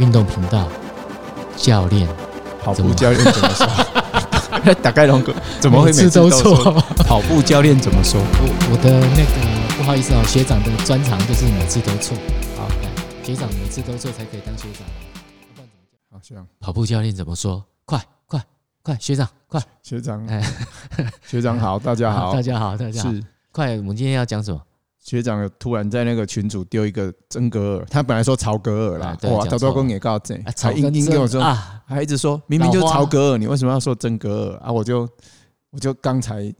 运动频道教练，跑怎么步教练怎么 说？打开龙哥怎么会每次次都错？错？ 跑步教练怎么说？我我的那个不好意思哦，学长的专长就是每次都错。好，来，学长每次都错才可以当学长。不然怎么叫好像跑步教练怎么说？快快快，学长快！学长哎， 学长好，大家好大，家好，大家好，是快！我们今天要讲什么？学长有突然在那个群组丢一个曾格尔，他本来说曹格尔啊啦，对哇，讲豆豆错公也告这啊，哎还草硬根硬跟我说，啊，还一直说明明就是曹格尔，你为什么要说曾格尔啊？我就我就刚才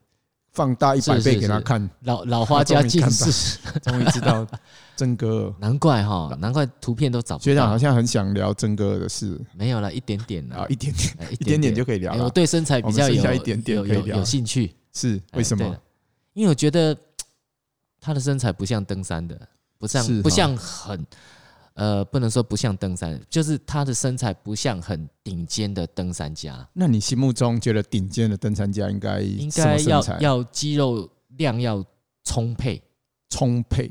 放大一百是是倍给他是看，老老花加 近视，终于知道曾格尔。 难怪哈，难怪图片都找不到。学长好像很想聊曾格尔的事没有了，一点点啦啊，，一点点哎一点点就可以聊哎了我，对身材比较我们剩有下一点点有可以有聊有兴趣，是哎为什？对么了？因为我觉得他的身材不像登山的，不像是不哈像很呃，不能说不像登山，就是他的身材不像很顶尖的登山家，那你心目中觉得顶尖的登山家应该应什该么身要材？要肌肉量要充沛，充沛，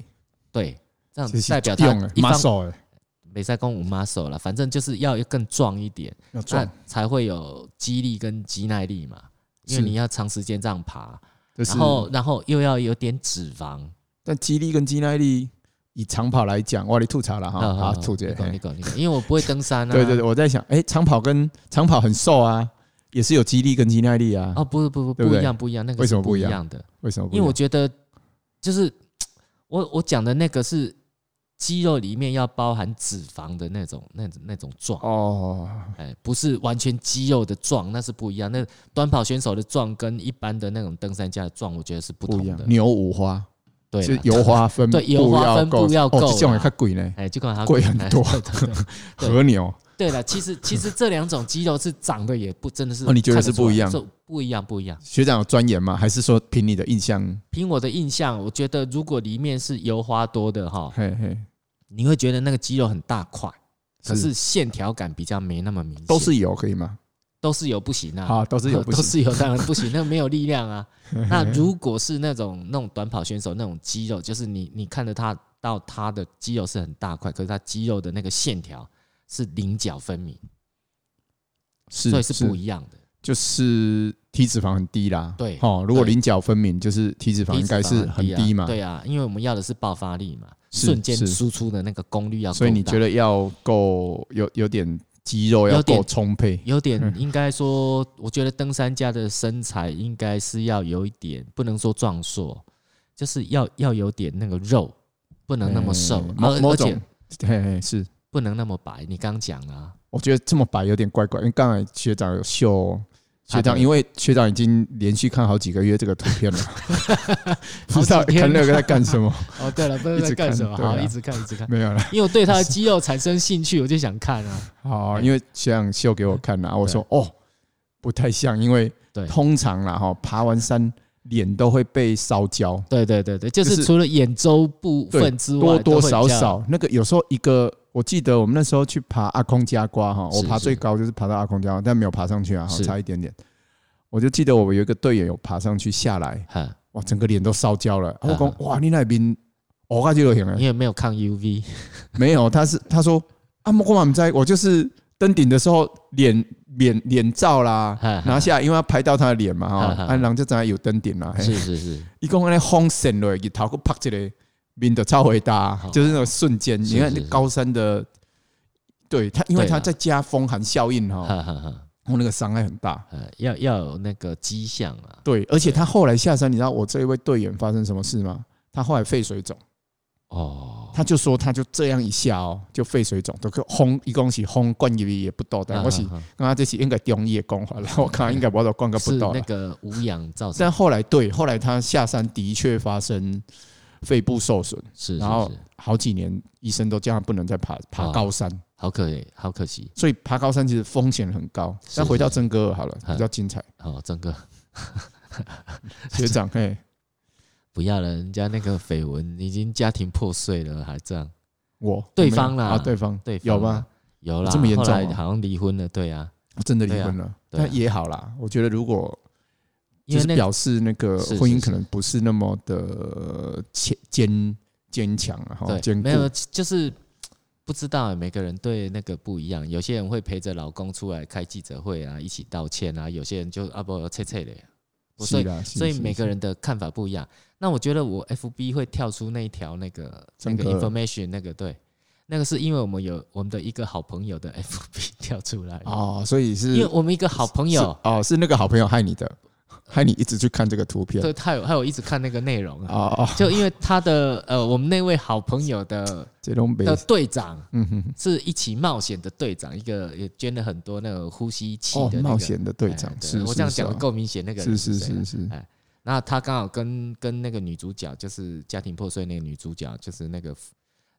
对，这样这嗯是代表用他一马方嗯手哎，美赛公五妈手了，反正就是要更壮一点，要那壮，才会有肌力跟肌耐力嘛，因是为你要长时间这样爬，就是然后然后又要有点脂肪。但肌力跟肌耐力，以长跑来讲，哇，你吐槽了哈，啊嗯好吐姐啊你，嘿讲你讲你讲，因为我不会登山啊。 对对对，我在想，哎，长跑跟长跑很瘦啊，也是有肌力跟肌耐力啊，哦，不是不不对不不对一样不一样，那个为是什么不不一一样样的？为什么不一因为样？我觉得就是我我讲的那个是肌肉里面要包含脂肪的那种那种那种壮，哦，哎，不是完全肌肉的壮，那是不一样。那短跑选手的壮跟一般的那种登山家的壮，我觉得是不不同一样的，。牛五花对是啦，油花分对油花分布要够哦，这种也啦较贵呢，哎，就跟他贵很多 对和牛对了，其实其实这两种肌肉是长得也不真的是哦你觉得看是出不来一样是不一样不一样。学长有钻研吗？还是说凭你的印象？凭我的印象，我觉得如果里面是油花多的哈，嘿嘿，你会觉得那个肌肉很大块，可是线条感比较没那么明显。都是油可以吗？都是油不行啊，好，都是油不 都行。是油当然不 行，那没有力量啊。那如果是那种那种短跑选手那种肌肉，就是你你看着他到他的肌肉是很大块，可是他肌肉的那个线条是棱角分明，是所以是不一样的。就是体脂肪很低啦。对哦，如果对棱角分明，就是体脂肪应该是很低啊低嘛。对啊，因为我们要的是爆发力嘛，是瞬间是输出的那个功率要够大。所以你觉得要够有有点肌肉要有点够充沛，有点应该说，我觉得登山家的身材应该是要有一点，不能说壮硕，就是要要有点那个肉，不能那么瘦，嗯某而某而种且嘿嘿是。不能那么白。你刚讲了啊，我觉得这么白有点怪怪，因为刚才学长有秀，他学长的因为学长已经连续看好几个月这个图 片了，不知道好几天看那个在干什么，哦，对了，不一直看对啊直看一直看，没有了。 因为我对他的肌肉产生兴趣，我就想看啊。好， 哎因为学长秀给我看了，我说哦，不太像，因为对 通常啦哈，爬完山脸都会被烧焦，对对对对，就就是是除了眼周部对分之外，多多啊都会少比较少那个有时候一个，我记得我们那时候去爬阿空加瓜哈，是我爬是最高就是爬到阿空加瓜，但没有爬上去啊，哈是差一点点。我就记得我有一个队友有爬上去下来，哈，哇，整个脸都烧焦了。啊我啊讲哇，你那边我感觉就行了因。为没有抗 UV，没有，他是他说啊，我我不在，我就是登顶的时候脸脸脸罩啦哈哈，拿下来，因为要拍到他的脸嘛哈哈，哈啊，人就知道有登顶啦。是是是，一共那风神了，一头个拍起来，面的超回答好，就是那种瞬间。哦是你看是那是高山的，对他，因为对啦他在加风寒效应哈，哈哈哈，那个伤害很大。呃，要要有那个迹象啊，对，而且他后来下山，你知道我这一位队员发生什么事吗？他后来肺水肿。哦，他就说他就这样一下哦，就肺水肿，都去轰，一共是轰灌入去也不到，但我是啊啊啊刚刚这是应该中医的 讲法，然后我看应该把它灌个不是到那。个无氧造成，但后来对，后来他下山的确发生肺部受损，是是然后是，好几年医生都叫他不能再爬爬啊高山，好可好可惜所以爬高山其实风险很高。是但回到是曾哥尔好了，嗯比较精彩，哦，郑哥学长嘿，不要了，人家那个绯闻已经家庭破碎了，还这样，我 对方我没有啦啊，对方对方啊有吗？？有啦，这么严重后来哦好像离婚了，对啊，真的离对啊婚了，对啊但也好啦，我觉得如果因为就是那个表示那个是婚是姻是可能不是那么的坚坚坚强啊，哈，对坚固没有，就是不知道欸每个人对那个不一样，有些人会陪着老公出来开记者会啊，一起道歉啊，有些人就啊不切切的呀，不所是以啦，是所以是每个是人的看法不一样。那我觉得我 FB 会跳出那一条那个那真个的 information 那个对，那个是因为我们有我们的一个好朋友的 FB 跳出来，哦，所以是因为我们一个好朋是友，哦，是那个好朋友害 你的，害你一直去看这个图片。对他有他有一直看那个内容啊，哦哦，就因为他的呃我们那位好朋友的这种北的队长。嗯哼哼，是一起冒险的队长，一个也捐了很多那个呼吸器哦的、那，个冒险的队长哎，对是我是这样是讲的啊够明显，那个人是是谁啊是是，那他刚好跟跟那个女主角，就是家庭破碎那个女主角，就是那个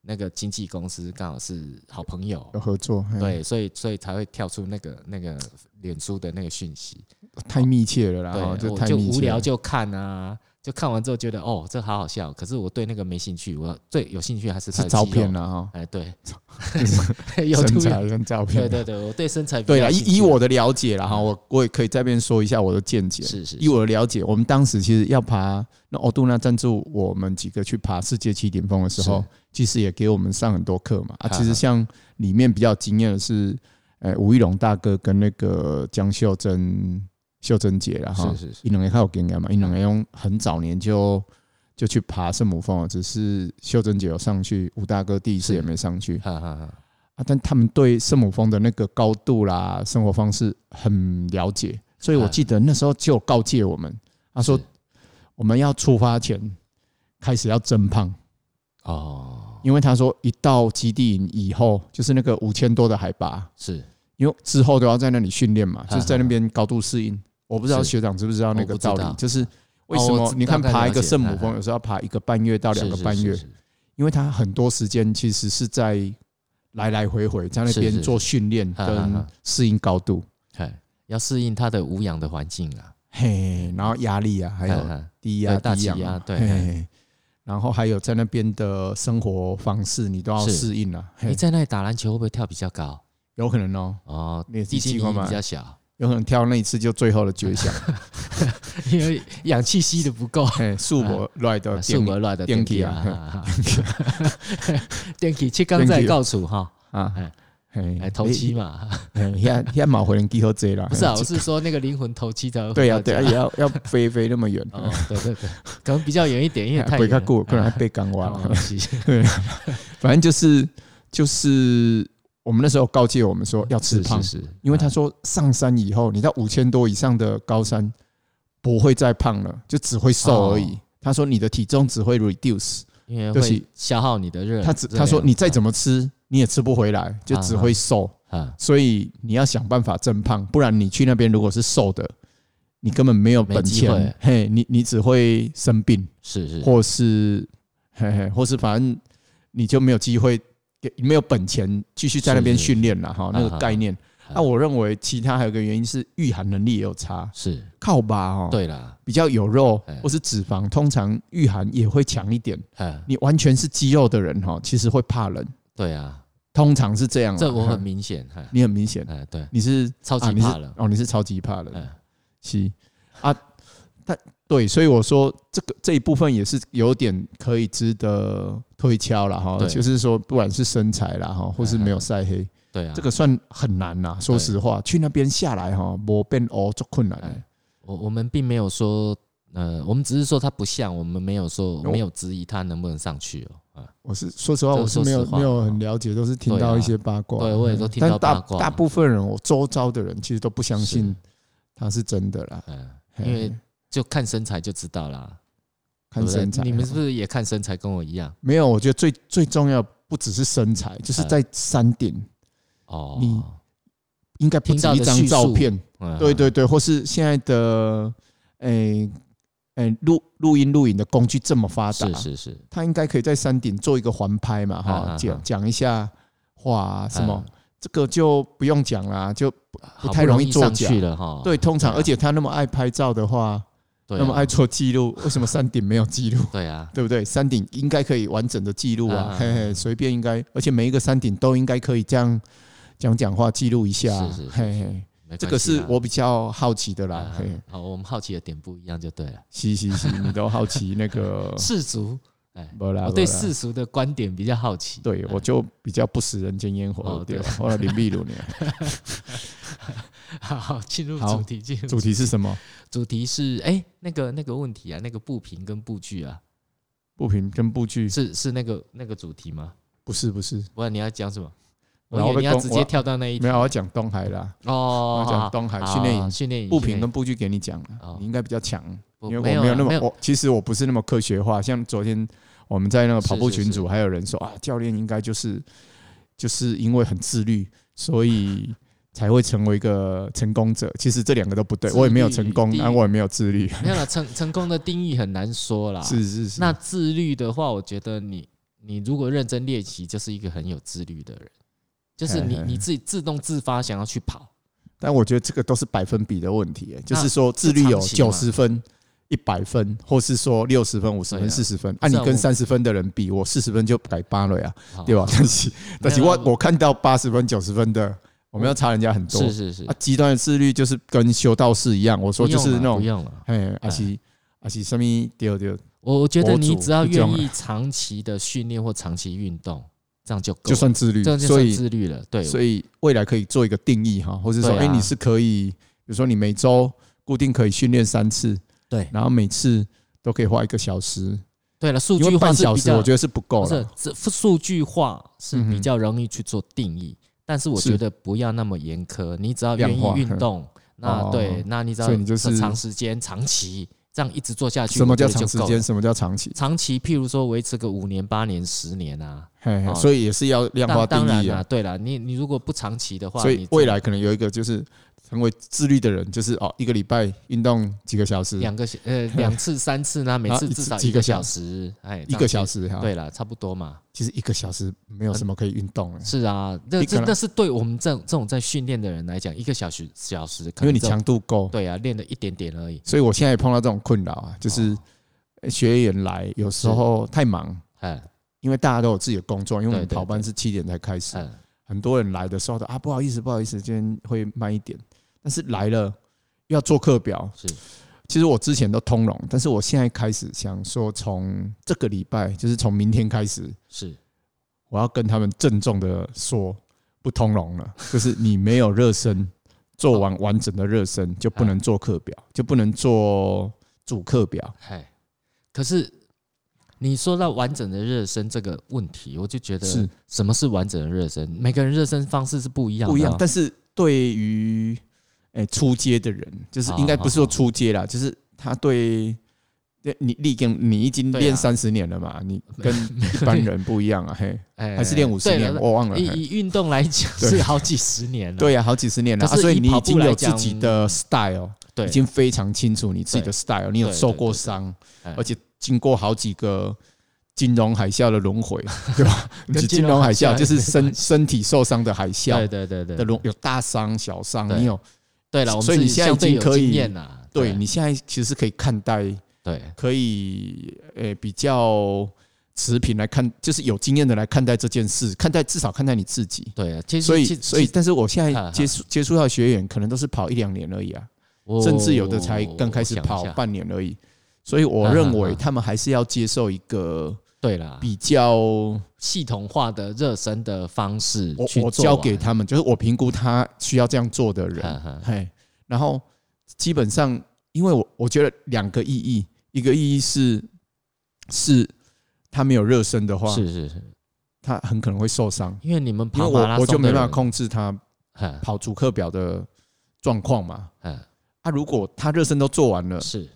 那个经纪公司刚好是好朋友有，合作，哎嘿，对，所以所以才会跳出那个那个脸书的那个讯息，太密切了啦，对，哦这我太就密无切聊了。就看啊，就看完之后觉得哦，这好好笑，可是我对那个没兴趣，我最有兴趣还是他是的照肌片肉，了哈，哎， 对，有身图有材跟照 片对。对对，我对身材比对较啦，有兴趣以以我的了解啦哈，我我也可以在这边说一下我的见解。是是以我的了解，我们当时其实要爬那欧杜娜赞助我们几个去爬世界七顶峰的时候是，其实也给我们上很多课嘛。哈啊，哈其实像里面比较惊艳的是，呃，吴一龙大哥跟那个江秀珍、秀珍姐啦啊哈是，是是一两个较有经验嘛，一两个用很早年就就去爬圣母峰了，只是秀珍姐有上去，吴大哥第一次是也没上去。哈哈哈，啊，但他们对圣母峰的那个高度啦、生活方式很了解，所以我嗯记得那时候就有告诫我们，他说是我们要出发前开始要增胖，哦，因为他说一到基地营以后，就是那个五千多的海拔，是因为之后都要在那里训练嘛，嗯就是在那边高度适应。我不知道是学长知不知道那我个不知道理道，就是为哦什我么知你看大概爬一了个解圣母嗯嗯峰，有时候要爬一个半月到两个是半是月是，是因为他很多时间其实是在来来回回在那是边是做训练哈哈跟哈适应高度，哎，要适应他的无氧的环境啊，嘿，然后压力啊，还有哈哈低压、对大低氧气压啊对嘿然后还有在那边的生活方式，你都要是适应啊，嘿你在那里打篮球会不会跳比较高？有可能哦，哦，你也是地心计划引力吗比较小， 有可能跳那一次就最后的绝响，因为氧气吸的不够，嘿，数我来的数额乱的啊电电梯梯啊啊，哈哈 电梯去刚在告诉哈，啊哎，嘿哎，头七，嘛，嘿嘿现在现在马回人机和这啦， 不是啊，嘿我是说那个灵魂头七的，对呀对呀，啊也要要飞飞那么远， 哎哦，对对对，可能比较远一点，因为太 不会远看了，过，可能还被干完了啊。没关 系反正就是就是我们那时候告诫我们说要吃胖，是是是啊因为他说上山以后，你到五千多以上的高山不会再胖了，就只会瘦而已。哦他说你的体重只会 reduce，因为就是会消耗你的热。他只他说你再怎么吃你也吃不回来，啊就只会瘦，么啊，所以你要想办法增胖，不然你去那边如果是瘦的。你根本没有本没钱机，嘿，你你只会生病，是是或是嘿嘿，或是反正你就没有机会给没有本钱继续在那边是是训练了哈，那啊个啊概念。啊那我认为其他还有一个原因是御寒能力也有差，是，靠吧哦，，对啦，比较有肉哎或是脂肪，通常御寒也会强一点。嗯，你完全是肌肉的人哈，其实会怕冷，对啊，通常是这样啦。这我很哦哈明显，哈你很明显，哎，对，你是超啊级你是怕冷，哦，你是超级怕冷。嗯，是啊，但对，所以我说这个这一部分也是有点可以值得推敲了哈，对嗯就是说不管是身材啦哈，或是没有晒黑，对啊，这个算很难啦。说实话，去那边下来哈，磨变哦，就困难了哎。我我们并没有说，呃，我们只是说它不像，我们没有说我没有质疑它能不能上去哦，啊，我是说实话，这我个是没有说实话哦没有很了解，都是听对啊到一些八卦。嗯对我也都听到但大八卦大部分人，我周遭的人其实都不相信它是真的啦。嗯，嘿因为就看身材就知道啦，对看不对身材，你们是不是也看身材跟我一样？没有？我觉得最最重要不只是身材，就是在嗯山顶哦，你应该不听止到一的张叙照述片。嗯对对，对，或是现在的诶诶录录音录影的工具这么发达是，是是，他应该可以在山顶做一个环拍嘛，啊啊哈，啊讲讲一下话啊什嗯么，这个就不用讲啦，就好太不容容易作上假去了哈，对，通常对啊而且他那么爱拍照的话，对啊，那么爱做记录，为什么山顶没有记录？对啊，对不对？山顶应该可以完整的记录啊啊，嘿嘿，随便应该，而且每一个山顶都应该可以这样讲讲话记录一下啊，是是是嘿嘿，没这关个系是啦我比较好奇的啦啊，嘿。好，我们好奇的点不一样就对了。 是是是，你都好奇那个世足，哎，没啦我对没啦世俗的观点比较好奇。哦对哎我就比较不食人间烟火哦，对对吧？后来林 碧如呢， 好，进入好主题，进入主题是什么？主题是哎、那个那个问题啊，那个布评跟布剧啊，不平跟布剧是是那个那个主题吗？不是不是，不然你要讲什么？我然后以为被你要攻直我接要跳到那一题没有我要讲东海啦，哦我，要讲好东海好训练营好训练营不平跟布剧给你讲了哦，你应该比较强，因训为练我营不没没有那啦么没有我其实我不是那么科学化，像昨天我们在那个跑步是是群组，还有人说啊，教练应该就是就是因为很自律，所以。才会成为一个成功者。其实这两个都不对，自律我也没有成功，第一啊，我也没有自律。 没有了成成功的定义很难说啦。是是是，那自律的话，我觉得你你如果认真练习，就是一个很有自律的人，就是你嘿嘿你自己自动自发想要去跑，但我觉得这个都是百分比的问题，欸就是说自是律有长期九嘛十分、一百分，或是说六十分、五十分、对啊四十分。啊，不你是啊跟我哦三十分的人比，我四十分就改八了呀，好 对吧？？但是，但是没有我啊我看到八十分、九十分的，我们要差人家很多。是是是啊，，极端的自律就是跟修道士一样，我说不就用是了那不种，用啊了。哎，阿西阿西什么丢丢，我我觉得博主你只要就这样愿意长期的训练或长期运动，这样就够了，就算自律这，样就所算以自律了。对，所以未来可以做一个定义哈，或者说，对啊哎，你是可以，比如说你每周固定可以训练三次，对然后每次都可以花一个小时，对了，数因据为化半是小比时较，我觉得是不够不是了。这数据化是嗯比哼较容易去做定义，但是我是觉得不要那么严苛，你只要愿量意化运动，那哦对，那你只要所以你就是长时间、长期这样一直做下去，什么叫我觉得长就时够间？了？什么叫长期？长期，譬如说维持个五年、八年、十年啊，嘿嘿哦所以也是要量化当定当然义啦、啊。对了，你你如果不长期的话，所你以这未来可能有一个就是成为自律的人，就是哦，一个礼拜运动几个小时，两个小 呃两次、三次呢，每嗯啊次一至次少几一个个小小时，哎，一这样个子小时啊哈。对，了，差不多嘛。其实一个小时没有什么可以运动了，是啊，那你可这能那是对我们这种这种在训练的人来讲，一个小时小时，可因为能你这种强度够。对啊，练了一点点而已。哦所以我现在也碰到这种困扰啊，就是学员来有时候太忙，嗯因为大家都有自己的工作，因为我们对对跑班是七点才开始，嗯，很多人来的时候都啊，不好意思，不好意思，今天会慢一点。但是来了又要做课表，是其实我之前都通融，但是我现在开始想说，从这个礼拜，就是从明天开始，是，我要跟他们郑重的说，不通融了，就是你没有热身，做完完整的热身就不能做课表，就不能做主课表。哎，可是你说到完整的热身这个问题，我就觉是得什么是完整的热身？每个人热身方式是不一样的啊，不一样。 但是对于诶、初阶的人，就是应该不是说初阶啊啦，就是他对。对你历经你已经对啊练三十年了嘛，你跟一般人不一样啊， 嘿，哎还是练五十对年，了我忘了。以嘿以运动来讲对是好几十年了，对呀、好几十年了、可啊，是所以以你已跑步经有来自己讲的 style，对已经非常清楚你自己的对 style，你有对受对过对伤，哎而且经过好几个金融海啸的 轮回，对吧？跟你金金融融海海啸啸就是也没身 关身体受伤的海对啸对对对的轮，有大伤小伤，对你有对了，我所们是以你现在已相对经有可以经验啦，对你现在其实可以看待，对可以呃、比较持平来看，就是有经验的来看待这件事，看待至少看待你自己。对，其实所以，其实所以，但是我现 哈在哈接触接触到的学员，可能都是跑一两年而已啊。我甚至有的才刚开我始想一跑下半年而已。所以我啊认啊为啊他们还是要接受一个对啦，比较，我系统化的热身的方式去我做啊交完给他们，就是我评估他需要这样做的人，哈哈嘿，然后基本上，因为我我觉得两个意义，一个意义是是他没有热身的话，是是是，他很可能会受伤，因为你们因为跑马拉我松我就的没办法人，控制他嗯跑主课表的状况嘛。嗯，啊，如果他热身都做完了，是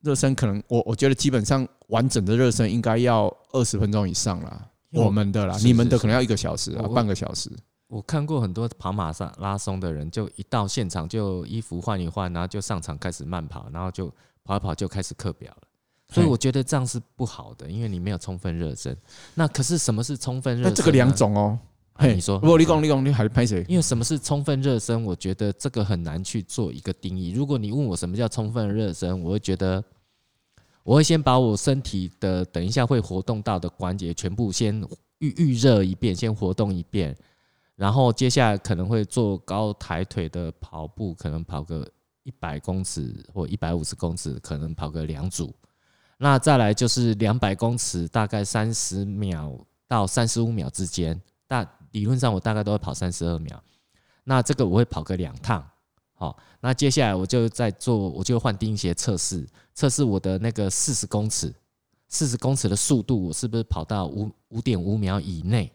热身可能我我觉得基本上完整的热身应该要二十分钟以上啦，因为我们的啦，是你们的是是可能要一个小时啊，我半个小时。我看过很多跑马上拉松的人，就一到现场就衣服换一换，然后就上场开始慢跑，然后就跑一跑就开始课表了。所以嘿我觉得这样是不好的，因为你没有充分热身。那可是什么是充分热那身呢？这个两种哦，啊，嘿你说如，果你讲你讲你还拍谁？因为什么是充分热身？我觉得这个很难去做一个定义。如果你问我什么叫充分热身，我会觉得我会先把我身体的等一下会活动到的关节全部先预预热一遍，先活动一遍，然后接下来可能会做高抬腿的跑步，可能跑个一百公尺或一百五十公尺，可能跑个两组。那再来就是两百公尺，大概三十秒到三十五秒之间。那理论上我大概都会跑三十二秒。那这个我会跑个两趟。好，那接下来我就在做，我就换钉鞋测试，测试我的那个四十公尺，四十公尺的速度，我是不是跑到五五点五秒以内？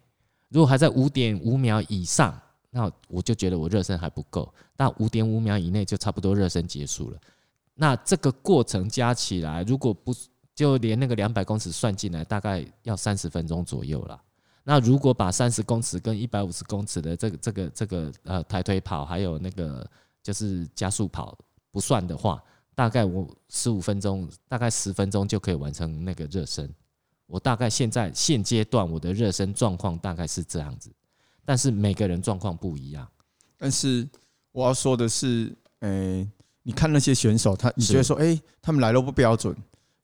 如果还在五点五秒以上，那我就觉得我热身还不够。那五点五秒以内就差不多热身结束了。那这个过程加起来，如果不就连那个两百公尺算进来，大概要三十分钟左右了。那如果把三十公尺跟一百五十公尺的这个这个这个呃抬腿跑，还有那个就是加速跑不算的话，大概我十五分钟，大概十分钟就可以完成那个热身。我大概现在现阶段我的热身状况大概是这样子，但是每个人状况不一样。但是我要说的是，诶、你看那些选手，他你是觉得说，诶、他们来路不标准，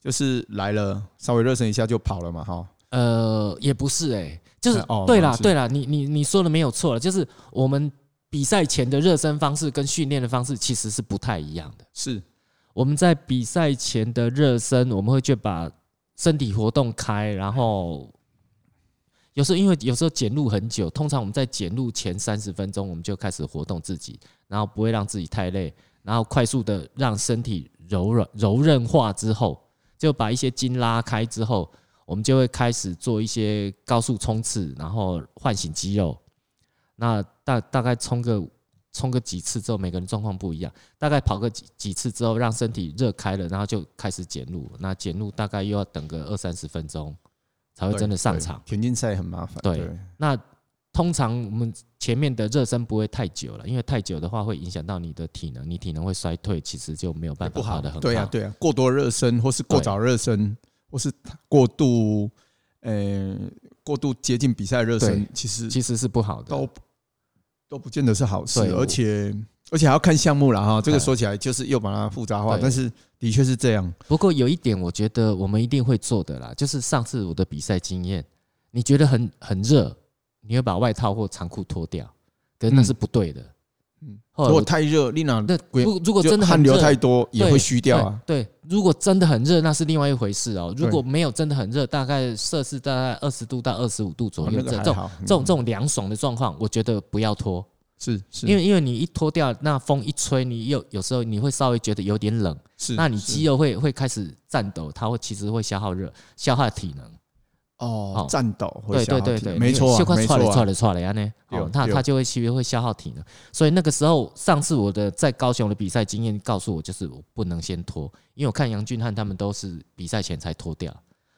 就是来了稍微热身一下就跑了嘛，哈。呃，也不是哎、就是、哎哦对啦是对啦，你你你说的没有错了，就是我们比赛前的热身方式跟训练的方式其实是不太一样的。是，我们在比赛前的热身，我们会去把身体活动开，然后有时候因为有时候检录很久，通常我们在检录前三十分钟，我们就开始活动自己，然后不会让自己太累，然后快速的让身体柔软柔韧化之后，就把一些筋拉开之后，我们就会开始做一些高速冲刺，然后唤醒肌肉。那大大概冲个冲个几次之后，每个人状况不一样。大概跑个几几次之后，让身体热开了，然后就开始减入。那减入大概又要等个二三十分钟才呃会真的上场对。田径赛很麻烦，对那通常我们前面的热身不会太久了，因为太久的话会影响到你的体能，你体能会衰退，其实就没有办法不跑得很好。啊对呀、对呀、啊过多热身或是过对早热身，或是过度，呃，过度接近比赛热身对，其实其实是不好的都。都不见得是好事，对我而且而且还要看项目啦哈。这个哎说起来就是又把它复杂化，对但是的确是这样。不过有一点，我觉得我们一定会做的啦，就是上次我的比赛经验，你觉得很很热，你会把外套或长裤脱掉，可是那嗯是不对的。嗯后如来果我太热，丽娜那鬼哦如如果就真的很汗流热太多也会虚掉啊。对。对，如果真的很热，那是另外一回事哦。对如果没有真的很热，大概摄氏大概二十度到二十五度左哦右，这那个还这种好，这嗯种这种凉爽的状况，我觉得不要脱，是是，因为为因为你一脱掉，那风一吹，你有有时候你会稍微觉得有点冷，是那你是肌肉会会开始颤抖，它会其实会消耗热，消耗体能。哦哦战斗会对消对耗对体对，力没错就啊快没错了错错啊，了错了呀呢。对哦，那对啊他就会其实会消耗体能，所以那个时候上次我的在高雄的比赛经验告诉我，就是我不能先脱，因为我看杨俊翰他们都是比赛前才脱掉，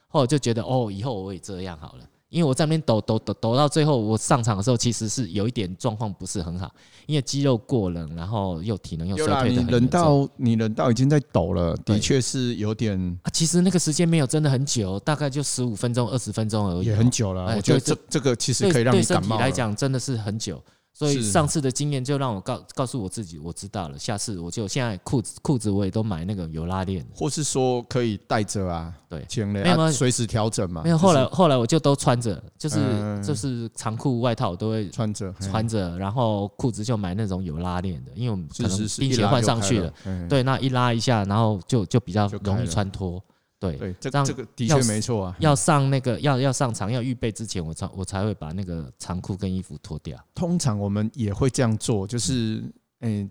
后来我就觉得哦，以后我也这样好了。因为我在那边抖抖抖抖到最后，我上场的时候其实是有一点状况不是很好，因为肌肉过冷，然后又体能又衰有啦，退你的很冷严重。到你冷到已经在抖了，的对确是有点啊，其实那个时间没有真的很久，大概就十五分钟、二十分钟而已哦，也很久了。哎我觉得对这这个其实对可以让对你身感体冒来了讲真的是很久，所以是啊上次的经验就让我告告诉我自己，我知道了，下次我就现在裤子裤子我也都买那个有拉链的，或是说可以带着啊，对前类没有没啊，有随时调整嘛。没有就是后来后来我就都穿着，就是、嗯就是长裤外套我都会穿着穿着，然后裤子就买那种有拉链的，因为我们可是能是是，钉一鞋拉换就上开去了了，，嗯对，那一拉一下，然后就就比较就开容易了穿脱，对。对，这这样这个的要确是没错啊。要上那个要要上场要预备之前，我才我才会把那个长裤跟衣服脱掉。通常我们也会这样做，就是嗯，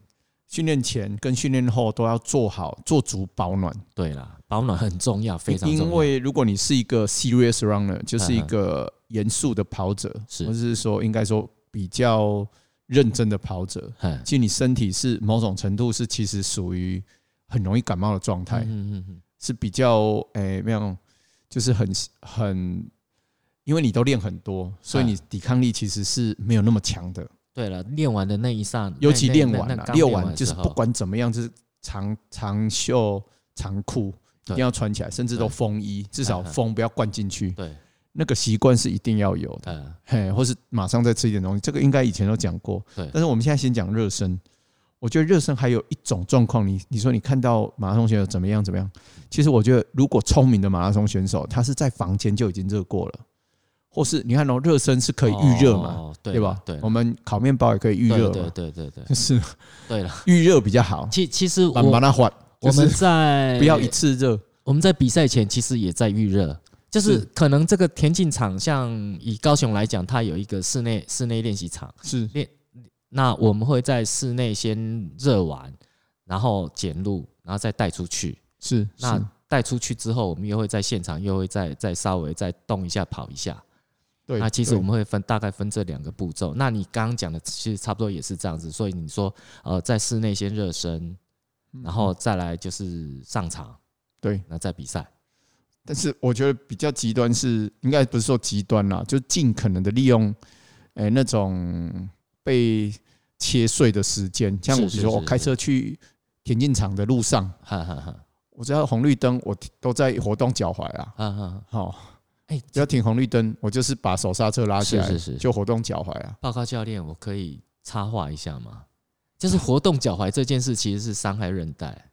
训练前跟训练后都要做好做足保暖，对啦，保暖很重要，非常重要。因为如果你是一个 serious runner，就是一嗯嗯个严肃的跑者，是或是说应该说比较认真的跑者，嗯其实你身体是某种程度是其实属于很容易感冒的状态，嗯嗯嗯是比较诶那种，就是很很，因为你都练很多，所以嗯你抵抗力其实是没有那么强的。对了，练完的那一刹，那尤其练那完那了、那刚练练完就是的时候不管怎么样，就是长长袖、长裤一对定要穿起来，甚至都对风衣，至少嗯嗯风不要灌进去。对，那个习惯是一定要有的，呃，嘿，或是马上再吃一点东西，这个应该以前都讲过。对但是我们现在先讲热身。我觉得热身还有一种状况，你你说你看到马拉松选手怎么样怎么样？其实我觉得，如果聪明的马拉松选手，他是在房间就已经热过了，或是你看哦，热身是可以预热嘛，哦，对吧？对，我们烤面包也可以预热嘛，对对对对就对 是对了。预热比较好，其其实把把我哎它缓，我啊就们是在 不要一次热。我们在比赛前其实也在预热，就是是可能这个田径场，像以高雄来讲，它有一个室内室内练习场，是那我们会在室内先热完，然后检录，然后再带出去。是那是，带出去之后，我们又会在现场，又会再再稍微再动一下、跑一下。对。那其实对我们会分大概分这两个步骤。那你刚刚讲的其实差不多也是这样子，所以你说呃，在室内先热身，然后再来就是上场，嗯对，那再比赛。但是我觉得比较极端是，应该不是说极端啦，就尽可能的利用，诶、那种被切碎的时间，像我是是比如说是我开车去田径场的路上，哈哈哈我只要红绿灯，我都在活动脚踝啊，哈哈！好、哎只要停红绿灯，我就是把手刹车拉起来，是是是就活动脚踝啊，报告教练，我可以插话一下吗？就是活动脚踝这件事，其实是伤害韧带。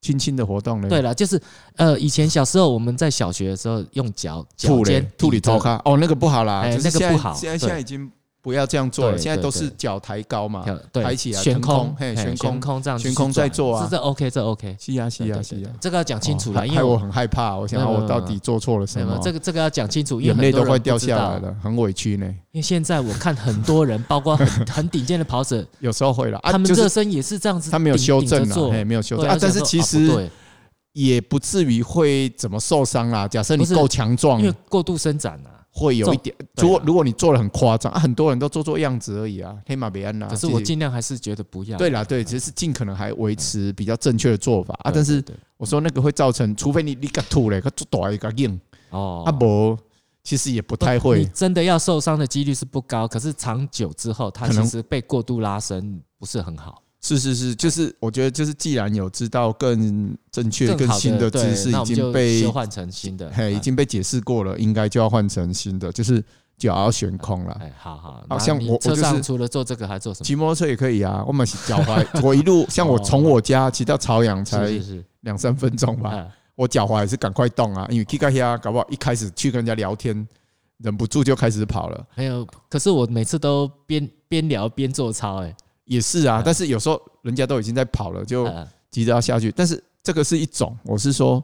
轻轻的活动呢，对，了，就是呃，以前小时候我们在小学的时候，用脚脚吐嘞尖，吐里抵着头咖，哦，那个不好啦，哎就是那个现在不好现在对现在已经不要这样做了，对现在对都是对脚抬高嘛，跳对抬起来悬腾空空，嘿嘿悬悬空空这样悬去空再转做啊是这 OK 这 OK，是啊是对啊对是对啊对。这个要讲清楚哦了，害因为害我我很害怕，我想没有没啊有我到底做错了没什有没么有？这个这个要讲清楚，因为眼泪很多都人快不掉知下道来。了，很委屈呢。因为现在我看很多人，包括很很顶尖的跑者，有时候会了 啊，他们就热是身也是这样子顶，他没有修正顶着啊，做嘿，没有修对正啊，但是想说其啊不实对也不至于会怎么受伤啦。假设你不是够强壮因，为过度伸展啊。会有一点。对啊如果如果你做的很夸张啊，很多人都做做样子而已啊，黑马别安啦。可是其实我尽量还是觉得不要。对啦，对，只是尽可能还维持比较正确的做法啊。对但是对对我说那个会造成，除非你你个吐嘞，个做大一个硬哦，啊不，其实也不太你会。真的要受伤的几率是不高，可是长久之后，它可能其实被过度拉伸不是很好。是是是，就是我觉得就是，既然有知道更正确、更好新的对知识那已我们经就被修换嗯成新的，嘿已经被解释过了，应该就要换成新的，就是脚要悬空了。哎，好好，好那像你我我车就是上除了做这个还做什么？骑摩托车也可以啊，我们是脚 踝，我一路像我从我家骑到朝阳才哦是是是，两三分钟吧，哎我脚踝也是赶快动啊，因为 Kika 呀，搞不好一开始去跟人家聊天，忍不住就开始跑了，没有。可是我每次都边边聊边做操，哎，也是啊哎。但是有时候人家都已经在跑了，就哎急着要下去。但是这个是一种，我是说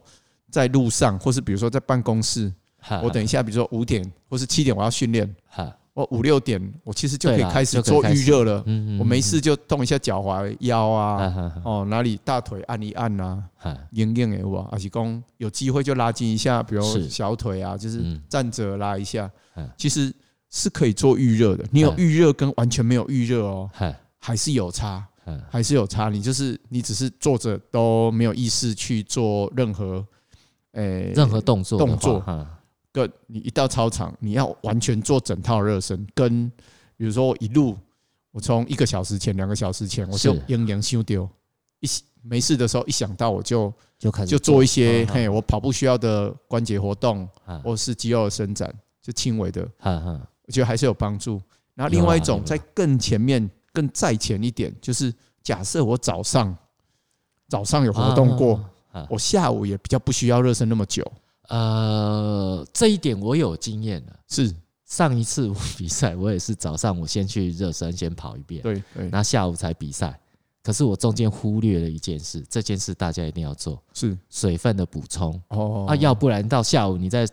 在路上，或是比如说在办公室，啊嗯我等一下，比如说五点或是七点我要训练，哎哎我五六点我其实就可以对啦开就始可以做开预始热了。嗯我没，事就动一下脚踝、腰啊，嗯哦哪里大腿按一按啊，嗯硬硬的哇，而且讲有机会就拉筋一下，比如是小腿啊，就是嗯站着拉一下嗯，其实是可以做预热的。你有嗯预热跟完全没有预热哦，哎还是有差。嗯还是有差。你就是你只是坐着都没有意识去做任何，诶、任何动作的话动作嗯跟你一到操场，你要完全做整套热身，跟比如说我一路，我从一个小时前、两个小时前，我就是阴阳修丢，一没事的时候一想到我就就开始就做一些嗯嘿，我跑步需要的关节活动嗯或是肌肉的伸展，就轻微的，嗯嗯我觉得还是有帮助。然后有另外一啦有啊种啦在更前面、更再前一点，就是假设我早上早上有活动过，啊啊啊啊我下午也比较不需要热身那么久。呃，这一点我有经验了。是上一次我比赛，我也是早上我先去热身，先跑一遍，对对然，后下午才比赛。可是我中间忽略了一件事，这件事大家一定要做是水分的补充哦啊，要不然到下午你在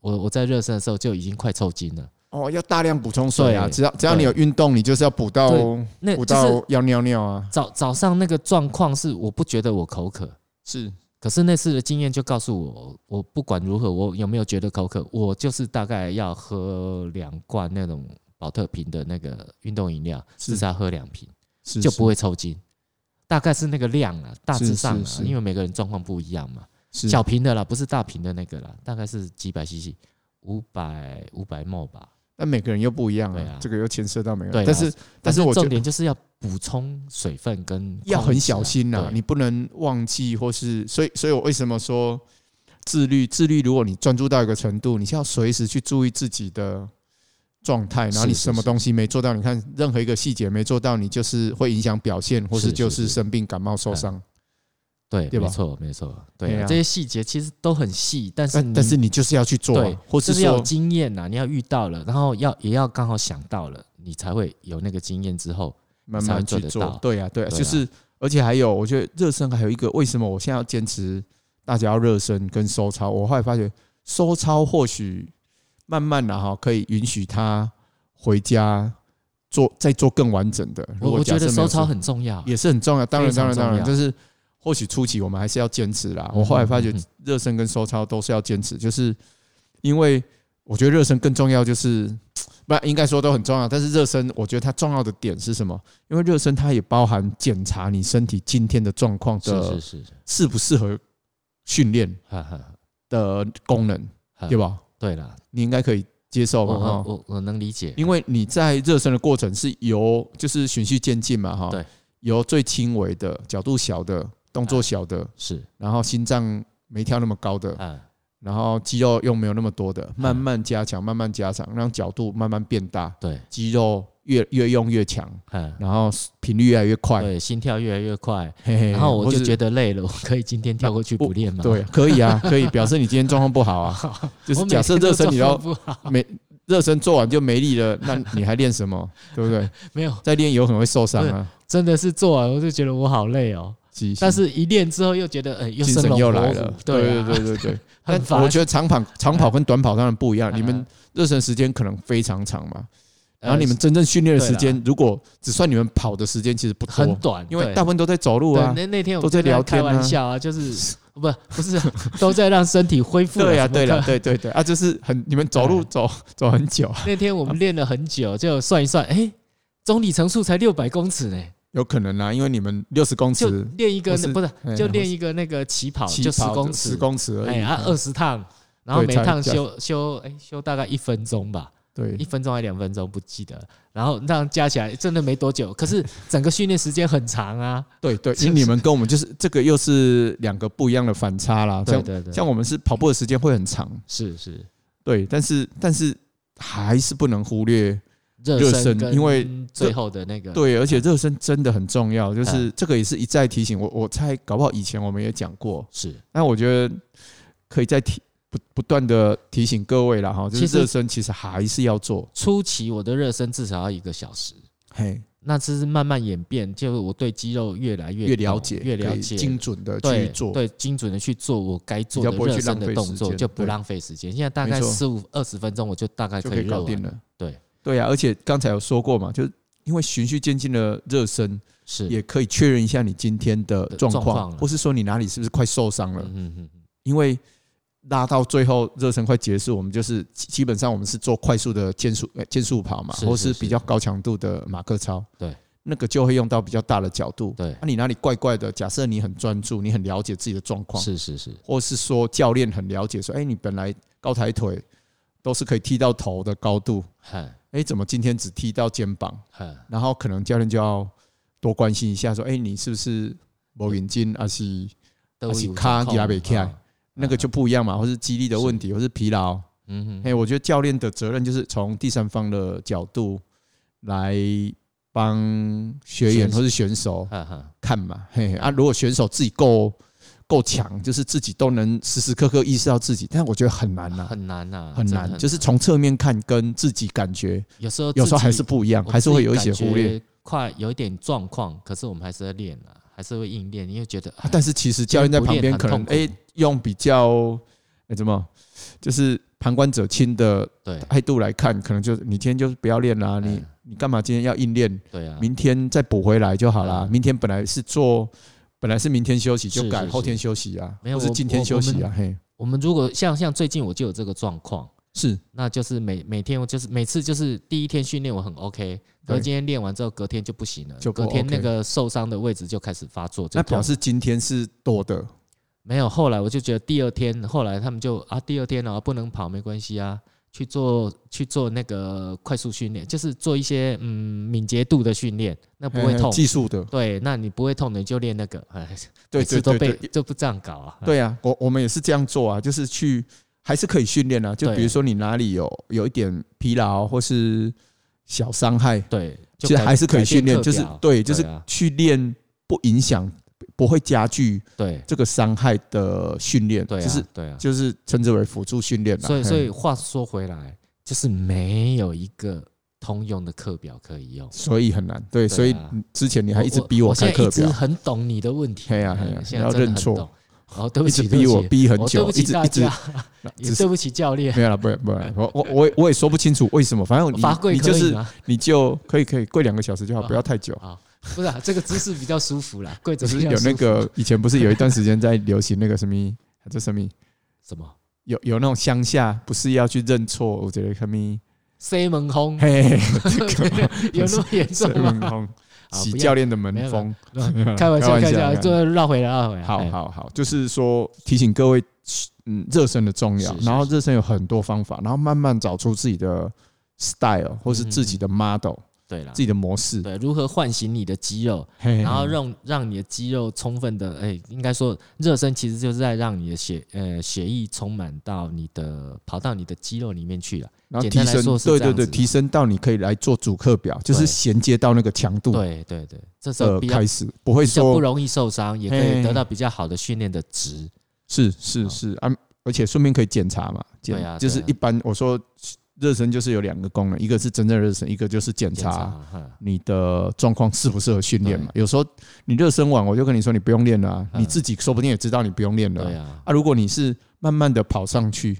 我我在热身的时候就已经快抽筋了。哦要大量补充水啊，对只要只要你有运动，你就是要补到对那补就是到要尿尿啊。早早上那个状况是，我不觉得我口渴，是可是那次的经验就告诉我，我不管如何，我有没有觉得口渴，我就是大概要喝两罐那种保特瓶的那个运动饮料，是至少喝两瓶是就不会会抽筋。大概是那个量啊，大致上是啊是，是因为每个人状况不一样嘛，是小瓶的啦，不是大瓶的那个啦，大概是几百 CC，五百五百 ml 吧。但每个人又不一样对啊啊，这个又牵涉到每个对人。啊但是但是我觉重得点就是要补充水分跟要矿物很质啊小心呐、对你不能忘记或是所以所以我为什么说自律？自律，如果你专注到一个程度，你是要随时去注意自己的状态，然后是你是什么是东西没做到，你看任何一个细节没做到，你就是会影响表现，或是是就是是是生病、感冒、受伤。对，对吧没错没错，对对啊，啊这些细节其实都很细，但是但你但是你就是要去做啊对，或就是是要有说经验啊呐，你要遇到了，然后要也要刚好想到了，你才会有那个经验之后，慢才会慢做去得做到。对啊，对对啊，啊就是而且还有，我觉得热身还有一个，为什么我现在要坚持大家要热身跟收操。我后来发觉，收操或许慢慢的哈，可以允许他回家做再做更完整的。如我我果觉假得设没收有操收很重要，啊也是很重要，当然非当常然当然，重就是或许初期我们还是要坚持啦。嗯我后来发觉嗯嗯热身跟收操都是要坚持，就是因为我觉得热身更重要，就是不应该说都很重要，但是热身我觉得它重要的点是什么？因为热身它也包含检查你身体今天的状况是是是的是，适不适合训练哈哈，的功能，哈对？吧？对了，你应该可以接受嗯我吧？我哈，我我能理解，因为你在热身的过程是由就是循序渐进嘛，哈，对，哎由最轻微的角度小的动作小的，是然后心脏没跳那么高的，啊，然后肌肉又没有那么多的，哎慢慢加强，慢慢加强，让角度慢慢变大，对，肌肉越越用越强，嗯，然后频率越来越快，对，心跳越来越快，嘿嘿然后我就觉得。得累了，我可以今天跳过去不练吗？对，，可以啊，可以表示你今天状况不 好啊。就是假设热身你要要没热身做完就没力了，那你还练什么？对 不对？没有，再练有可能会受伤啊。真的是做完我就觉得我好累哦，是但是一练之后又觉得，哎，又精生神龙活又来虎了，对对啊对，对对 对。很但烦我觉得长跑长跑跟短跑当然不一样，嗯你们热身时间可能非常长嘛，呃然后你们真正训练的时对间，如果只算你们跑的时间，其实不呃很多，短，因为对大部分都在走路啊对，。那那天我们都在就聊开天啊玩笑啊，就是不不是 都在让身体恢复。对呀，啊呀，对了，。对对对啊，就是很你们走路嗯走走很久啊，那天我们练了很久，就算一算，哎，总里程数才六百公尺呢，有可能啊，因为你们六十公就尺，练一个或是不是哎就练一个那个起跑，起就十跑公十尺，公尺而哎已啊啊。二十趟，然后对每才趟加休休哎休大概一分钟吧，对一，分钟还两分钟不记得，然后那样加起来真的没多久，可 是整个训练时间很长啊，对对，因为你们跟我们就是这个又是两个不一样的反差啦。对像对对，像我们是跑步的时间会很长，是是对，但是但是还是不能忽略，热热身跟因为这最后的那个对，而且热身真的很重要，就是嗯这个也是一再提醒我，我猜搞不好以前我们也讲过，是但我觉得可以再提不不断的提醒各位了哈，就其是实热身其实还是要做，初期我的热身至少要一个小时，嘿，那这是慢慢演变，就是我对肌肉越来越越越了解越了可以解，精准的对去做，对精准的去做我该做比的较不会热去身的浪费动时作，间就不对浪费时间。现在大没概错十五二十分钟，我就大概就可可以热搞完定。了。对，对啊，而且刚才有说过嘛，就是因为循序渐进的热身，是，也可以确认一下你今天的的状状况况，了或是说你哪里是不是快受伤了。嗯嗯嗯，因为拉到最后热身快结束，我们就是基基本上我们是做快速的间速呃间速跑嘛，是或是是是比较高强度的马克操，对，那个就会用到比较大的角度。对，那、你哪里怪怪的？假设你很专注，你很了解自己的状况，是是是，或是说教练很了解，说，哎，你本来高抬腿都是可以踢到头的高度，很哎，怎么今天只踢到肩膀？很然后可能教练就要多关心一下，说，哎，你是不是某眼睛还是都还是有卡状也况不起来啊那个就不一样嘛，或是肌力的问题，或是疲劳。嗯哎、哼，我觉得教练的责任就是从第三方的角度来帮学选员手或是选手哈哈，看嘛。嘿嘿啊，如果选手自己够够强，就是自己都能时时刻刻意识到自己，但我觉得很难呐、很难呐，很真的难，就是从侧面看跟自己感觉有时候有时候自还己是不一样，我还自是会己有一些感忽略。觉快有一点状况，可是我们还是在练啊，还是会硬练，因为觉得 啊但是其实教练在旁边可能不哎、练很痛苦用比较哎、怎么就是旁观者清的对态度来看，可能就是你今天就是不要练啦、你嗯你干嘛今天要硬练？对啊，明天再补回来就好啦。嗯明天本来是做，本来是明天休息，是就改是后天休息啊，没有或是我今天休息我啊，嘿，我们如果像像最近我就有这个状况，是那就是每每天我就是每次就是第一天训练我很 OK，可是对今天练完之后隔天就不行了，就不隔天 OK 那个受伤的位置就开始发作，就那痛表示今天是多的，没有。后来我就觉得第二天，后来他们就啊第二天哦不能跑没关系啊，去做去做那个快速训练，就是做一些嗯敏捷度的训练，那不会嘿痛。嗯技术的，对，那你不会痛的你就练那个，哎，对每次对都对被对就不这样搞啊。对啊，我我们也是这样做啊，就是去还是可以训练啊，就对比如说你哪里有有一点疲劳或是小伤害，对，就其实改还是可改以变训练，课就是表对，就是啊去练不影响，不会加剧对啊这个伤害的训练，对啊，就是对啊。就是称之为辅助训练啦所以，所嘿以话说回来，就是没有一个通用的课表可以用。所以很难，对，啊所以之前你还一直逼我开课现在一直表，很懂你的问题，嘿呀嘿呀嗯现在要真的认很错懂。哦，对不一直起，对逼不我起逼很哦对久，不一起直大一直家，只也是对不起教练没。有了，不然不然，我我我也我也说不清楚为什么，反正罚跪你你可就以是吗？你就可以可以跪两个小时就好，哦不要太久。不是啊，这个姿势比较舒服 啦，跪着就是比较有那舒服个以前不是有一段时间在流行那个什么，还是什么，什么有有那种乡下不是要去认错，我觉得什么，塞门 轰， 嘿，有那么严这重个吗？门风，好洗不要教练的门没有风，开玩笑，开玩开笑玩笑，就绕回来，绕回来。好哎，好好，就是说提醒各位，嗯，热身的重要是。是然后热身有很多方法，然后慢慢找出自己的 style 或是自己嗯的 model、对了自，己的模式。啊对，如何唤醒你的肌肉，嘿然后让让你的肌肉充分的，哎，应该说热身其实就是在让你的血呃血液充满到你的跑到你的肌肉里面去了。然后简提单来升说，是对这对样对，子提升到你可以来做主课表，就是对衔接到那个强度对对对，这时候的比较开始，不会比较不说容易受伤，也可以嘿得到比较好的训练的值。是是好是啊，而且顺便可以检查嘛，检对啊就是对啊一般我说热身就是有两个功能，一个是真正热身，一个就是检检查查。哈你的状况适不适合训练嘛？对有时候你热身完，我就跟你说你不用练了啊、嗯你自己说不定也知道你不用练了对啊。啊，啊如果你是慢慢的跑上去，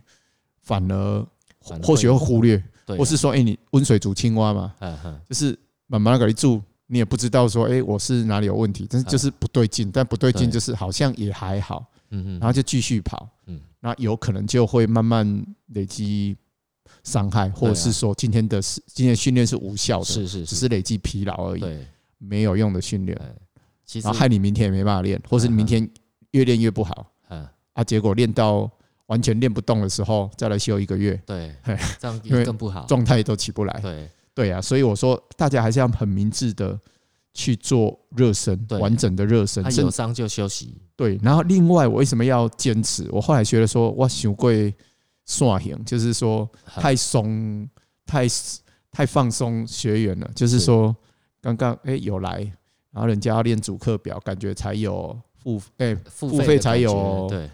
反而反而或许会会忽略，对啊，或是说，哎，你温水煮青蛙嘛，嗯哼，就是慢慢给你住，你也不知道说，哎，我是哪里有问题，但是嗯就是不对劲，但不对劲对就是好像也还好，嗯嗯，然后就继续跑，嗯那有可能就会慢慢累积伤害，或对者是啊说今天的是今天的训练是无效的，是是只是，是累积疲劳而已。对，没有用的训练，哎其实然后害你明天也没办法练，或是你明天越练越不好嗯，啊，结果练到完全练不动的时候，再来休一个月，对 嘿，这样因为也更不好。状态都起不来。啊对，对啊，所以我说大家还是要很明智的去做热身，对完整的热身他。甚有伤就休息，对，然后另外我为什么要坚持？我后来学了说，我想过耍型，就是说哈太松、太太放松学员了。就是是说，刚刚哎有来，然后人家要练主课表，感觉才有付哎、付付的费才感觉有对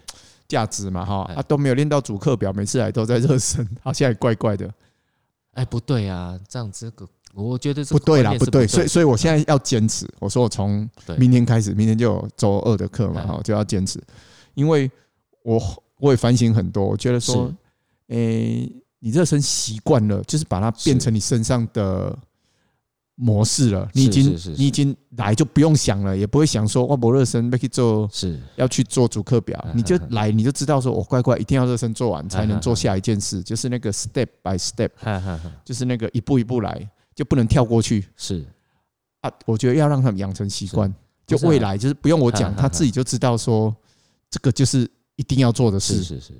价值嘛哈哎啊都没有练到主课表，每次来都在热身，好像也怪怪的。哎，不对啊，这样这个我觉得这不对啦，观念是不不嗯对，所以所以我现在要坚持。我说我从对明天开始，明天就有周二的课嘛哎哈，就要坚持，因为我我也反省很多，我觉得说是，诶，你热身习惯了，就是把它变成你身上的。模式了，你已是经是是是你已经来就不用想了，也不会想说哇，我热身要去做是要去做主课表嗯，你就嗯嗯来，你就知道说，我哦乖乖一定要热身做完，才嗯能嗯做嗯下一件事，就是那个 step by step，哈哈哈就是那个一步一步来，就不能跳过去是啊。我觉得要让他们养成习惯，就不是啊未来就是不用我嗯讲， 嗯他嗯自己就知道说，这个就是一定要做的是事。是是，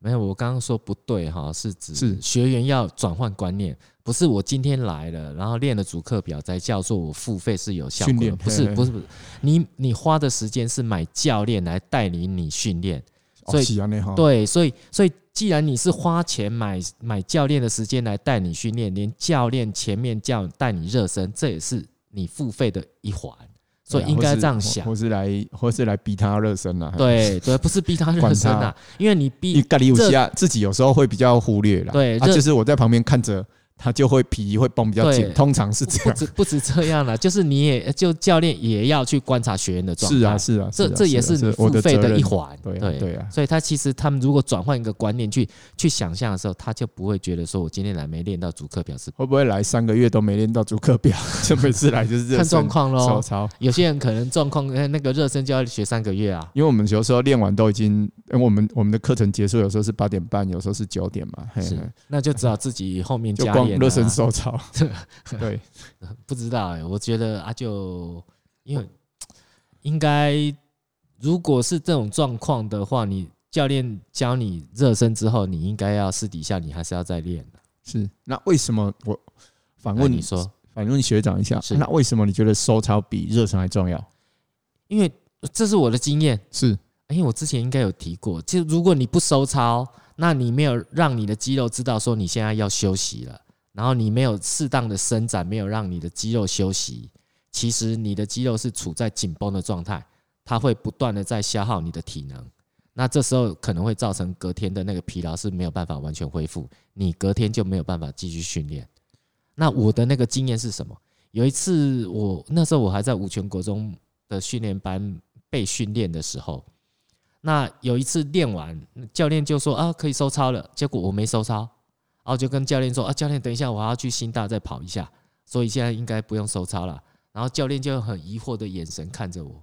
没有，我刚刚说不对哈，是指是学员要转换观念，不是我今天来了，然后练了主课表再叫做我付费是有效训果的，练不嘿是 嘿不是不是，你你花的时间是买教练来带领你训练，所以喜哦啊欢那哈，对，所以所以既然你是花钱买买教练的时间来带你训练，连教练前面教带你热身，这也是你付费的一环，所以对啊应或该是这样或想。或是 来或是来逼他热身啊。，对对，不是逼他热管身他啊，因为你因为逼咖喱有下自己有时候会比较忽略啦。对啊，热就是我在旁边看着。他就会皮会绷比较紧，对通常是不这不样。止不止 这样了，就是你也就教练也要去观察学员的状态。是啊，，是啊，这啊这也啊是你我付费责的任一环。对啊，对啊，所以他其实他们如果转换一个观念去去想象的时候，他就不会觉得说我今天来没练到主课表是会不会来三个月都没练到主课表， 就每次来就是热身看状况喽手。操？有些人可能状况，呃那个热身就要学三个月啊。因为我们有时候练完都已经，因为我们我们的课程结束有时候是八点半，有时候是九点嘛，嘿是嘿，那就只好自己后面就加光练、啊。热身 手操。对，不知道哎、我觉得啊就，因为应该如果是这种状况的话，你教练教你热身之后，你应该要私底下你还是要再练的。是。那为什么我反那问你说，反问学长一下，是那为什么你觉得收操比热身还重要？因为这是我的经验，是因哎为我之前应该有提过，就如果你不收操，那你没有让你的肌肉知道说你现在要休息了，然后你没有适当的伸展，没有让你的肌肉休息，其实你的肌肉是处在紧绷的状态，它会不断的在消耗你的体能。那这时候可能会造成隔天的那个疲劳是没有办法完全恢复，你隔天就没有办法继续训练。那我的那个经验是什么？有一次我那时候我还在五全国中的训练班被训练的时候，那有一次练完，教练就说啊可以收操了，结果我没收操，然后就跟教练说啊教练等一下我还要去新大再跑一下，所以现在应该不用收操了。然后教练就很疑惑的眼神看着我，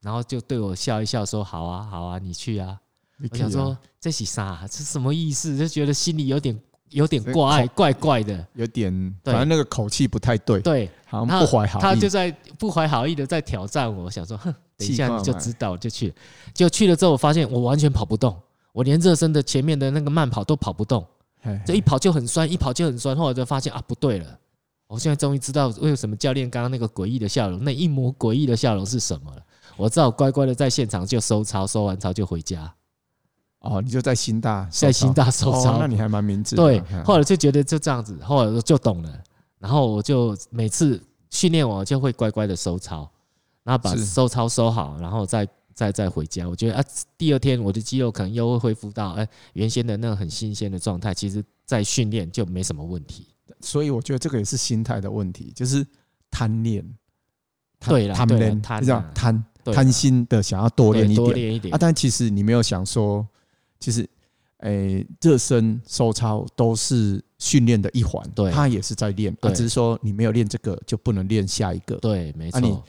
然后就对我笑一笑说好啊好啊你去啊。你我想去啊说这是啥？这什么意思？就觉得心里有点有点这怪恐怪怪的。有点，对反正那个口气不太对，对，好然像后不怀好意。他就在不怀好意的在挑战我，想说，哼，等一气下话你就嘛知道，我就去了。就去了之后，我发现我完全跑不动，我连热身的前面的那个慢跑都跑不动，嘿这一跑就很酸，一跑就很酸。后来就发现啊，不对了，我现在终于知道为什么教练刚刚那个诡异的笑容，那一抹诡异的笑容是什么了。我只好乖乖的在现场就收操，收完操就回家，哦，你就在新大受在新伤大收哦操。那你还蛮明智的。对嗯，后来就觉得就这样子，后来我就懂了，然后我就每次训练我就会乖乖的收操，然后把是收操收好，然后再再再回家。我觉得啊，第二天我的肌肉可能又会恢复到哎、原先的那种很新鲜的状态，其实再训练就没什么问题。所以我觉得这个也是心态的问题，就是贪恋，贪对啦贪对啦恋，贪你知道啊贪对贪心的想要多对练一多点练一点啊，，但其实你没有想说，其实诶，热身、收操都是训练的一环，对它也是在练，啊对只是说你没有练这个就不能练下一个，对，没啊你错，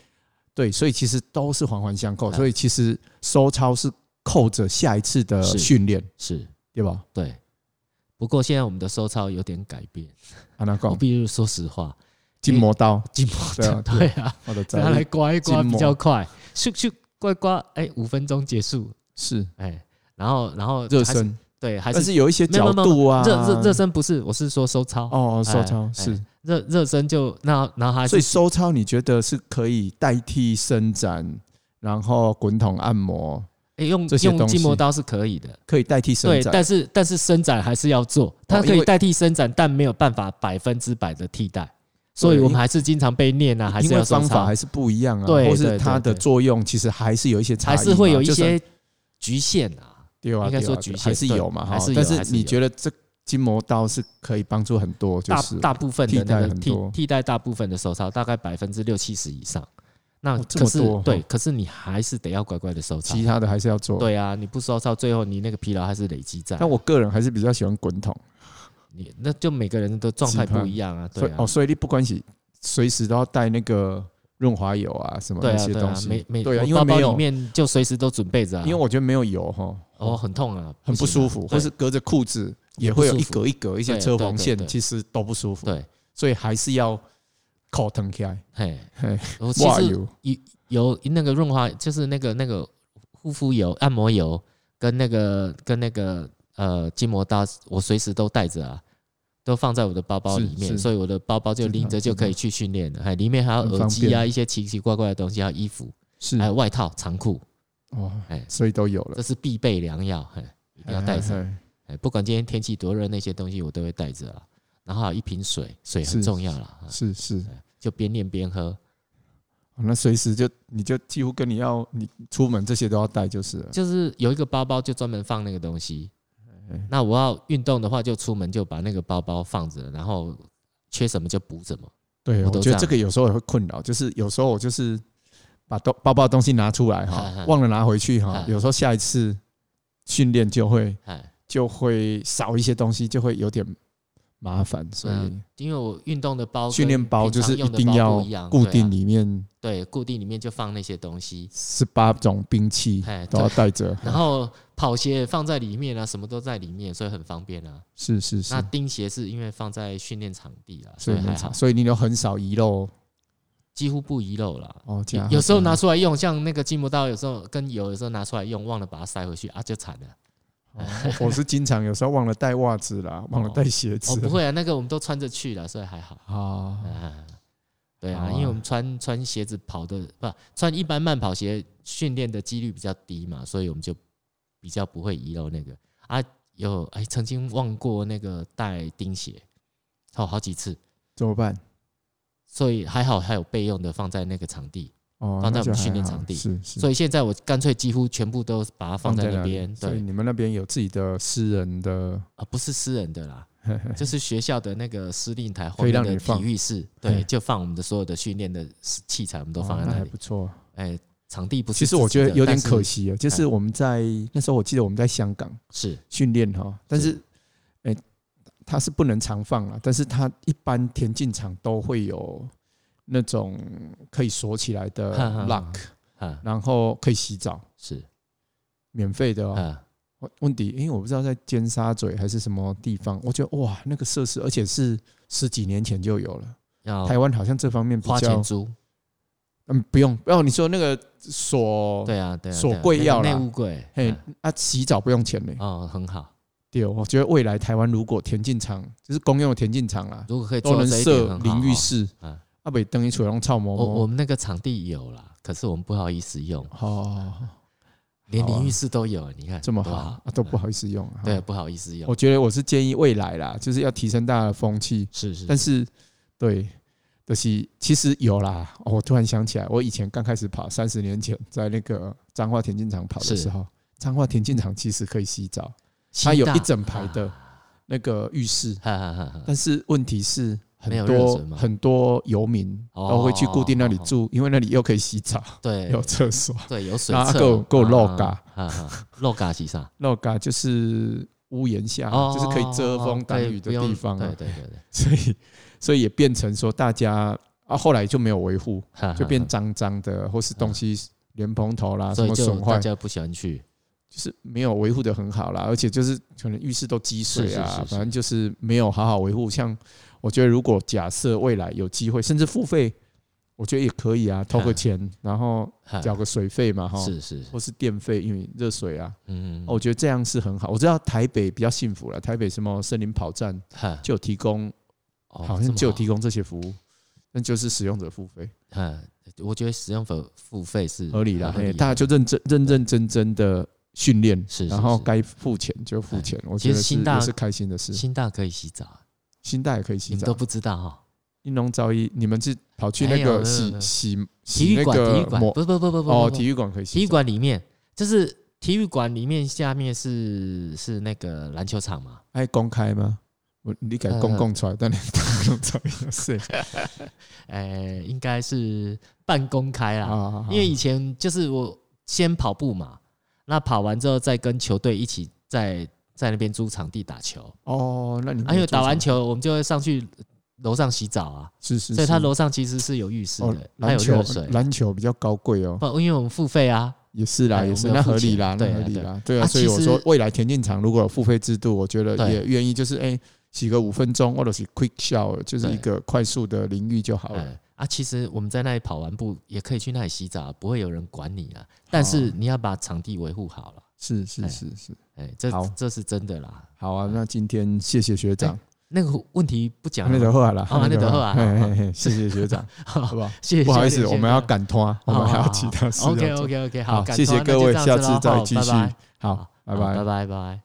对，所以其实都是环环相扣，啊所以其实收操是扣着下一次的是训练，是对吧？对。不过现在我们的收操有点改变，啊，那我讲必须说实话，筋膜刀，筋膜对啊的 对啊，我的拿来在刮一刮筋比膜较快，咻咻刮一刮，哎、五分钟结束，是哎，然后然后热还是身，对，还但是是有一些没有角没有没有度啊，热热热身不是，我是说收操，哦，收哎操哎是。热热身就那然后还所以是收操你觉得是可以代替伸展，然后滚筒按摩，哎用这些用东西筋膜刀是可以的，可以代替对伸，展。但是但是伸展还是要做，它哦可因以为代替伸展，但没有办法百分之百的替代，所以对我因们还是经常被念啊，还因是为要收方法操，还是不一样啊，对或对是对它对的作用其实还是有一些差异还嘛，是会有一就算些局限啊，对啊，应该对啊说对啊局限还是有嘛对哈还是。有但还是是你有觉得这筋膜刀是可以帮助很多，就大是大部分的替代那个很替多替代大部分的收操，大概百分之六七十以上。那哦这可么是多哦对，可是你还是得要乖乖的收操其。他的还是要做。，对啊，你不收操，最后你那个疲劳还是累积在。但我个人还是比较喜欢滚筒，你那就每个人的状态不一样啊，所对以啊哦，，所以你不关系，随时都要带那个润滑油啊什么对那啊，些对东啊，西。每每对啊，我因为包包没有里，面就随时都准备着啊，因为我觉得没有油哈，哦很痛啊，很不行啊舒服，对或是隔着裤子也也不会有舒一服格一格一些对车对缝对线，对其实都不舒服。，对，所以还是要口疼起来。嘿嘿，我其哇实油有那个润滑，就是那个那个护肤油、按摩油跟那个跟那个呃筋膜刀，我随时都带着啊，都放在我的包包是里面，是所以我的包包就知道拎着就可以去训练了。哎，里面还有很耳方机啊，便一些奇奇怪怪的东西，还有衣服，是还有外套、长裤，哇哎，所以都有了这，是必备良药，嘿，一定要带着。哎。哎哎，不管今天天气多热，那些东西我都会带着啊。然后还有一瓶水，水很是重要啦，哎是是，就边练边喝。哦那随时就你就几乎跟你要你出门这些都要带就是了。就是有一个包包就专门放那个东西。那我要运动的话，就出门就把那个包包放着，然后缺什么就补什么。对，我我都觉这得样这个有时候也会困扰，就是有时候我就是把东包包的东西拿出来嗨哈嗨，忘了拿回去哈嗨，有时候下一次训练就会哎，就会少一些东西，就会有点麻烦，所以嗯因为我运动的包跟训练包平就常是用的定包要不一样固定对,、啊、里面对，固定里面就放那些东西，十八种兵器哎，都对要。带着，然后跑鞋也放在里面啊，什么都在里面，所以很方便啊。 是是那是，钉鞋是因为放在训练场地啊，所所以以还没好差，，所以你都很少遗漏几乎不遗漏啦。哦。这有样有时候拿这出来用，像那个筋膜刀，有时候跟油，有时候拿出来用，忘了把它塞回去啊，就惨 了。样哦我我是经常有时候忘了带袜子啦，忘了带鞋哦，子，不会啊，那个我们都穿着去了，所以还好。啊，啊，对好啊，啊因为我们穿穿鞋子跑的不穿一般慢跑鞋训练的几率比较低嘛，所以我们就比较不会遗漏那个啊。有哎，曾经忘过那个带钉鞋，哦，好几次，怎么办？所以还好还有备用的放在那个场地，哦，放在那我就们还训练好场地是是，所以以现在我干脆几乎全部都把它放在那边，所以对你们那边有自己的私人的，啊，不是私人的 啦，就是学校的那个司令台后可以面让的你放体育室，嘿对，就放我们的所有的训练的器材，我们都放在哦那那还里不。错。哎，场地不是其自实己的。我觉得有点但是可惜啊，就是我们在那时候，我记得我们在香港是训练哈，但是，哎、它是不能常放了，但是它一般田径场都会有那种可以锁起来的 哈哈 lock，啊，然后可以洗澡，是免费的哦、啊，问问题，因为我不知道在尖沙咀还是什么地方，我觉得哇，那个设施，而且是十几年前就有了。要台湾好像这方面比哦花较钱，租，嗯，不用。哦，你说那个锁，对啊，对啊，锁对啊柜那个要内啦务柜，嘿嗯，啊，洗澡不用钱嘞。哦，很好。对，我觉得未来台湾如果田径场，就是公用的田径场啦，如果可以欸做都到能这一点设很好淋浴哦室哦嗯，啊，北灯一出来用臭毛我我毛。们那个场地有啦，可是我们不好意思用，哦，连好啊淋浴室都有，你看这么多好啊，都不好意思用啊。嗯对，不好意思用我，觉得我是建议未来啦，就是要提升大家的风气，是是，但是对，就是其实有啦。哦我突然想起来，我以前刚开始跑，三十年前在那个彰化田径场跑的是时候，彰化田径场其实可以洗澡，是它有大一整排的啊那个浴室， 哈哈哈哈，但是问题是。嗯没有很热多水吗很多游民都会去固定那里哦住，因为那里又可以洗澡，对有厕 所。对有水然后厕够嘛，够漏嘎嘎，啊啊漏嘎其 上，那嘎就是屋檐下，哦，啊就是可以遮风挡对雨的不用地方啊对。对对 对所以，所以也变成说大家啊，后来就没有维护，哈哈哈，就变脏脏的，或是东西莲蓬头啦什嗯所以么就损大坏，家不喜欢去，就是没有维护的很好啦，而且就是可能浴室都积水是是啊是，是反正就是没有好好维护。像我觉得，如果假设未来有机会，甚至付费，我觉得也可以啊，投个钱，然后哈缴个水费嘛，哈，嗯是是，或是电费，因为热水啊，嗯，我觉得这样是很好。我知道台北比较幸福了，台北什么森林跑站哈，就有提供，哦好这像么就有提供这些服务，那就是使用者付费。嗯，我觉得使用费付费是合理啦，嘿的大家就认真认认真真的训练，是是哎然后该付钱就付钱，我其实觉得是新大也是开心的事。新大可以洗澡啊，新大也可以洗你们都澡，不知道哈。应龙早一，你们是跑去没那有没个有没洗有洗体洗育那馆，体育个馆，抹不不不不不，哦，不体育馆可以洗澡，体育馆里面就是体育馆里面下面是是那个篮球场嘛，爱哎公开吗？我你给公共出来，但你公共照也 是呃，应该是半公开啊，啦，好因为以前就是我先跑步嘛，那跑完之后再跟球队一起在在那边租场地打球，哦，那你啊，因为打完球我们就会上去楼上洗澡啊，是是，所以是他楼上其实是有浴室哦的，它篮有球热水，篮球比较高贵哦，不，因为我们付费啊，也是啦，哎也我是们有那付合理钱啦，对那啊合理对啦，对啊啊，所以我说其实未来田径场如果有付费制度，我觉得对也愿意，就是哎洗个五分钟或者是 quick shower，就是对一个快速的淋浴就好了。哎啊，其实我们在那里跑完步，也可以去那里洗澡，啊不会有人管你哦啊。但是你要把场地维护好了，是是哎是是，哎，这好这是真的啦。好啊，那今天谢谢学长，那个问题不讲安内德了， 赫啊啦，哦安内德赫啊好嘿好嘿嘿谢谢学长，好不好？谢谢。不好意谢思，谢我们要赶拖，我们还好有好其他事要 OK 做。 OK OK，好，啊感谢谢谢各位，下次再继续拜拜，好，拜好拜拜。拜拜。